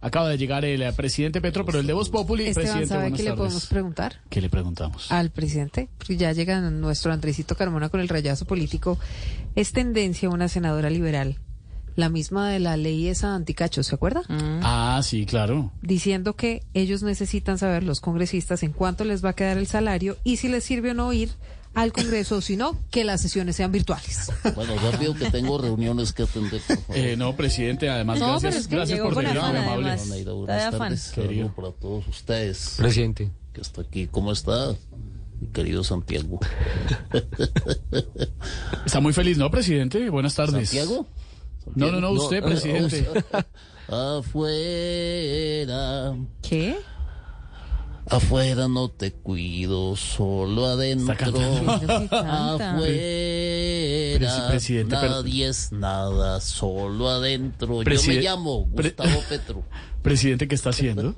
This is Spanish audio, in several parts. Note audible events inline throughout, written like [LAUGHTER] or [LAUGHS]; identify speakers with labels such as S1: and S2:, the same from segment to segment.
S1: Acaba de llegar el eh, presidente Petro, pero el de Voz Populi.
S2: Esteban,
S1: presidente,
S2: ¿sabe
S1: buenas
S2: qué le
S1: tardes.
S2: podemos Ah. preguntar
S1: ¿Qué le preguntamos?
S2: al presidente? Porque Ya llega nuestro Andresito Carmona con el rayazo político. Es tendencia una senadora liberal, la misma de la ley esa anticacho, ¿se acuerda?
S1: Ah, sí, claro.
S2: Diciendo que ellos necesitan saber, los congresistas, en cuánto les va a quedar el salario y si les sirve o no ir al Congreso, o si no, que las sesiones sean virtuales.
S3: Bueno, rápido que tengo reuniones que atender, por favor.
S1: Eh, no, presidente, además,
S2: No,
S1: gracias,
S2: pero es que
S1: gracias
S2: llegó
S1: por
S2: con
S1: venir,
S2: afán,
S1: muy amable.
S2: además.
S3: Neida,
S2: Está de
S3: buenas
S2: afán.
S3: tardes. Saludos para todos ustedes
S4: Presidente,
S3: que está aquí. ¿Cómo está, mi
S1: [LAUGHS]
S3: querido Santiago?
S1: Está muy feliz, ¿no, presidente? Buenas tardes.
S3: ¿Santiago?
S1: Pues, No, no, no, usted,
S3: eh,
S1: presidente.
S3: usted. Afuera,
S2: ¿Qué?
S3: afuera no te cuido, solo adentro. [LAUGHS]
S1: cantando.
S3: Afuera,
S1: Presi- presidente, pero-
S3: nadie es nada, solo adentro. Yo
S1: Preside-
S3: me llamo
S1: pre- [LAUGHS]
S3: Gustavo Petro.
S1: Presidente, ¿qué está [LAUGHS] haciendo?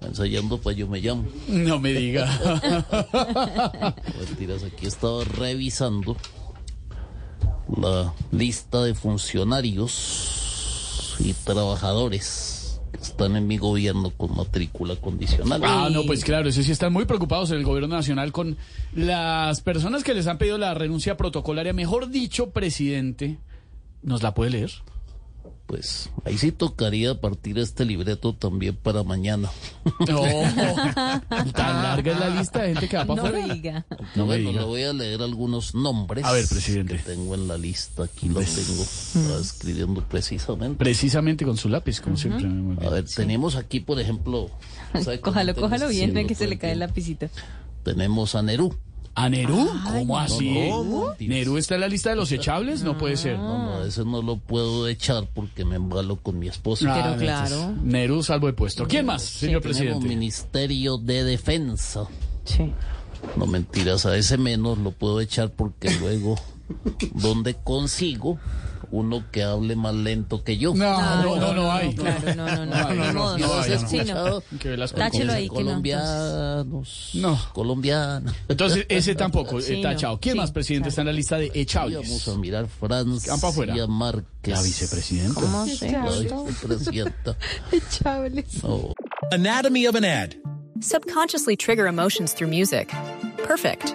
S3: Ensayando, pues yo me llamo.
S1: No me diga.
S3: Mentiras, Pues, aquí estaba revisando la lista de funcionarios y trabajadores que están en mi gobierno con matrícula condicional.
S1: Ah, no, pues claro, eso sí están muy preocupados en el gobierno nacional con las personas que les han pedido la renuncia protocolaria. Mejor dicho, presidente, ¿nos la puede
S2: [LAUGHS]
S1: leer?
S3: Pues ahí sí tocaría partir este libreto también para mañana.
S1: No, [LAUGHS] tan larga es la lista de gente que va para afuera.
S2: diga.
S1: No me
S3: bueno,
S1: diga.
S3: le voy a leer algunos nombres
S1: A ver, presidente. Pues, mm.
S3: que tengo en la lista. Aquí los tengo. Estaba escribiendo precisamente.
S1: Precisamente con su lápiz, como siempre. Muy bien.
S3: A ver, tenemos aquí, por ejemplo...
S1: [LAUGHS]
S3: ¿sabe cómo
S5: Cójalo,
S3: tenemos?
S5: cójalo bien,
S3: Sí,
S5: ve
S3: lo
S5: que se le cae el
S3: tengo.
S5: lapicito.
S3: Tenemos a Nerú.
S1: ¿A Nerú? ¿Cómo así?
S3: no.
S1: ¿Nerú está en la lista de los echables? No Ah, puede ser.
S3: No, ese no lo puedo echar porque me embalo con mi esposa.
S1: Ah,
S2: Pero
S1: entonces,
S2: claro.
S1: Nerú salvo de puesto. ¿Quién más, señor
S3: Tenemos
S1: presidente?
S3: Ministerio de Defensa.
S2: Sí.
S3: No mentiras, a ese menos lo puedo echar porque
S1: [LAUGHS]
S3: luego, donde consigo uno que hable más lento que yo.
S1: No, no, no, no hay.
S5: Claro, no, no, no.
S1: No, no,
S5: ni
S1: no,
S5: modo,
S1: no,
S5: no,
S1: ya no.
S5: sí, no.
S1: [LAUGHS] Que Velasco
S5: Táchelo
S1: comienza.
S5: ahí, que no,
S3: colombianos.
S1: No.
S3: Colombianos.
S1: Entonces,
S5: [LAUGHS]
S1: ese tampoco, eh,
S5: Sí, no.
S1: tachado. ¿Quién
S5: Sí,
S1: más, presidente, está en la lista de
S3: Vamos
S1: echables?
S3: a mirar Francia
S1: Campa afuera.
S3: Márquez.
S1: La vicepresidenta.
S5: ¿Cómo sé?
S3: La vicepresidenta.
S2: Chables.
S3: No,
S6: Anatomy of an ad.
S7: Subconsciously trigger emotions through music. Perfect.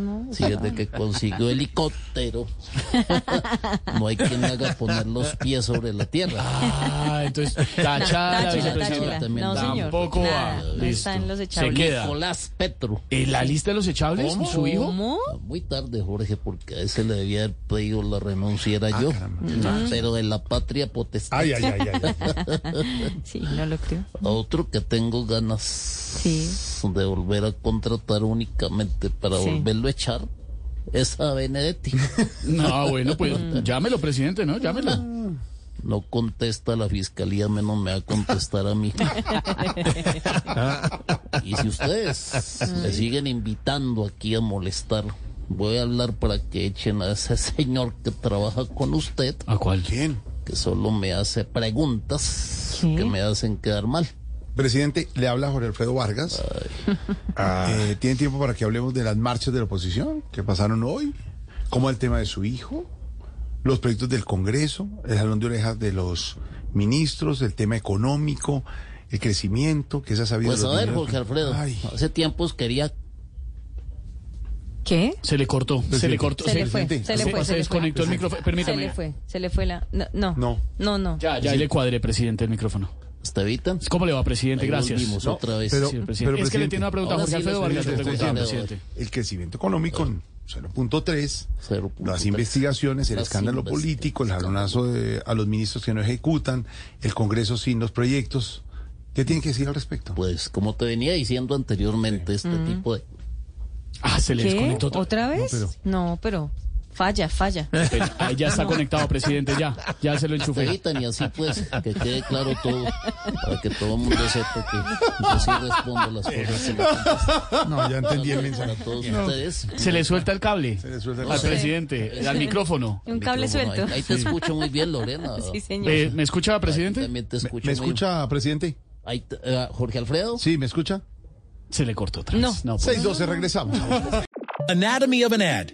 S3: Si desde que consiguió helicóptero, no hay quien le haga poner los pies sobre la tierra.
S1: Ah,
S5: [LAUGHS]
S1: entonces, tachada la
S5: Táchela,
S1: vicepresidenta.
S5: táchela. No, señor.
S1: Tampoco va.
S5: Nada, no
S1: Listo.
S5: está en los
S1: Se
S5: echables.
S1: queda.
S3: Nicolás Petro.
S1: ¿En la lista de los echables? ¿Su hijo?
S5: ¿Cómo?
S3: Muy tarde, Jorge, porque a ese le debía haber pedido la renuncia era yo. Pero de la patria potestad.
S8: Ay, ay, ay, ay. ay.
S5: Sí, no lo creo.
S3: A otro que tengo ganas de volver a contratar únicamente para
S5: Sí.
S3: volverlo a echar es a Benedetti.
S1: No, bueno, pues
S5: Mm.
S1: llámelo, presidente, ¿no? Llámelo.
S3: No contesta a la fiscalía, menos me va a contestar a
S8: [LAUGHS]
S3: mí. y si ustedes me siguen invitando aquí a molestar, voy a hablar para que echen a ese señor que trabaja con usted,
S1: ¿A cuál?
S8: Bien.
S3: que solo me hace preguntas que me hacen quedar mal.
S8: Presidente, le habla Jorge Alfredo Vargas. Eh, ¿Tiene tiempo para que hablemos de las marchas de la oposición que pasaron hoy? ¿Cómo el tema de su hijo? Los proyectos del Congreso, el jalón de orejas de los ministros, el tema económico, el crecimiento, que se ha sabido...
S3: Pues
S8: los
S3: a ver,
S8: dineros.
S3: Jorge Alfredo,
S8: Ay,
S3: hace tiempos quería
S2: ¿Qué?
S1: Se le cortó, se le cortó.
S5: Se le fue,
S8: Presidente,
S5: se le fue.
S1: se
S5: se le fue.
S1: desconectó el micrófono.
S5: Se le
S1: Permítame.
S5: fue, se le fue la... No, no.
S8: No.
S5: No, no.
S1: Ya, ya ahí le cuadré, presidente, el micrófono.
S3: Estevita.
S1: ¿Cómo le va, presidente?
S3: Ahí
S1: Gracias.
S3: volvimos
S1: No,
S3: otra vez.
S8: pero-
S1: sí, el presidente.
S8: pero,
S1: es que le
S8: presidente,
S1: tiene una pregunta a
S3: ahora
S1: Jorge
S3: sí
S1: Alfredo
S3: los
S1: Vargas. le
S3: estoy
S1: preguntaba,
S3: escuchando.
S1: presidente.
S8: El crecimiento económico en 0.3,
S3: 0.3.
S8: las investigaciones, el
S3: Las
S8: escándalo
S3: investigaciones.
S8: político, el jalonazo de- a los ministros que no ejecutan, el Congreso sin los proyectos. ¿Qué tienen que decir al respecto?
S3: Pues como te venía diciendo anteriormente, este tipo de...
S1: Ah, se le
S5: ¿Qué?
S1: desconectó. otra-
S5: ¿Otra vez? No, pero falla, falla.
S1: Pues, Ahí ya
S5: [LAUGHS] Ah,
S1: está conectado, presidente, ya. Ya se lo enchufé.
S3: Estevita, y así pues, que quede claro todo, para que todo el mundo sepa que yo sí respondo las cosas. que me contestan.
S8: No, ya [LAUGHS] entendí el
S3: Para
S8: mensaje.
S3: todos ustedes.
S1: Se le suelta el cable
S8: Se les suelta el
S1: al
S3: cable.
S1: presidente, al micrófono.
S5: Un cable
S3: Micrófono, Ahí,
S5: suelto. [LAUGHS]
S3: ahí te escucho muy bien, Lorena.
S5: Sí, señor.
S1: Eh, ¿Me escucha,
S3: Ahí
S1: presidente?
S3: También te
S8: ¿Me,
S3: escucho
S8: me
S3: muy-
S8: escucha, presidente?
S3: ahí te- eh, Jorge Alfredo.
S8: Sí, ¿me escucha?
S1: Se le cortó otra
S5: No.
S1: vez. No, pues.
S8: 6-12, regresamos.
S6: Anatomy of an ad.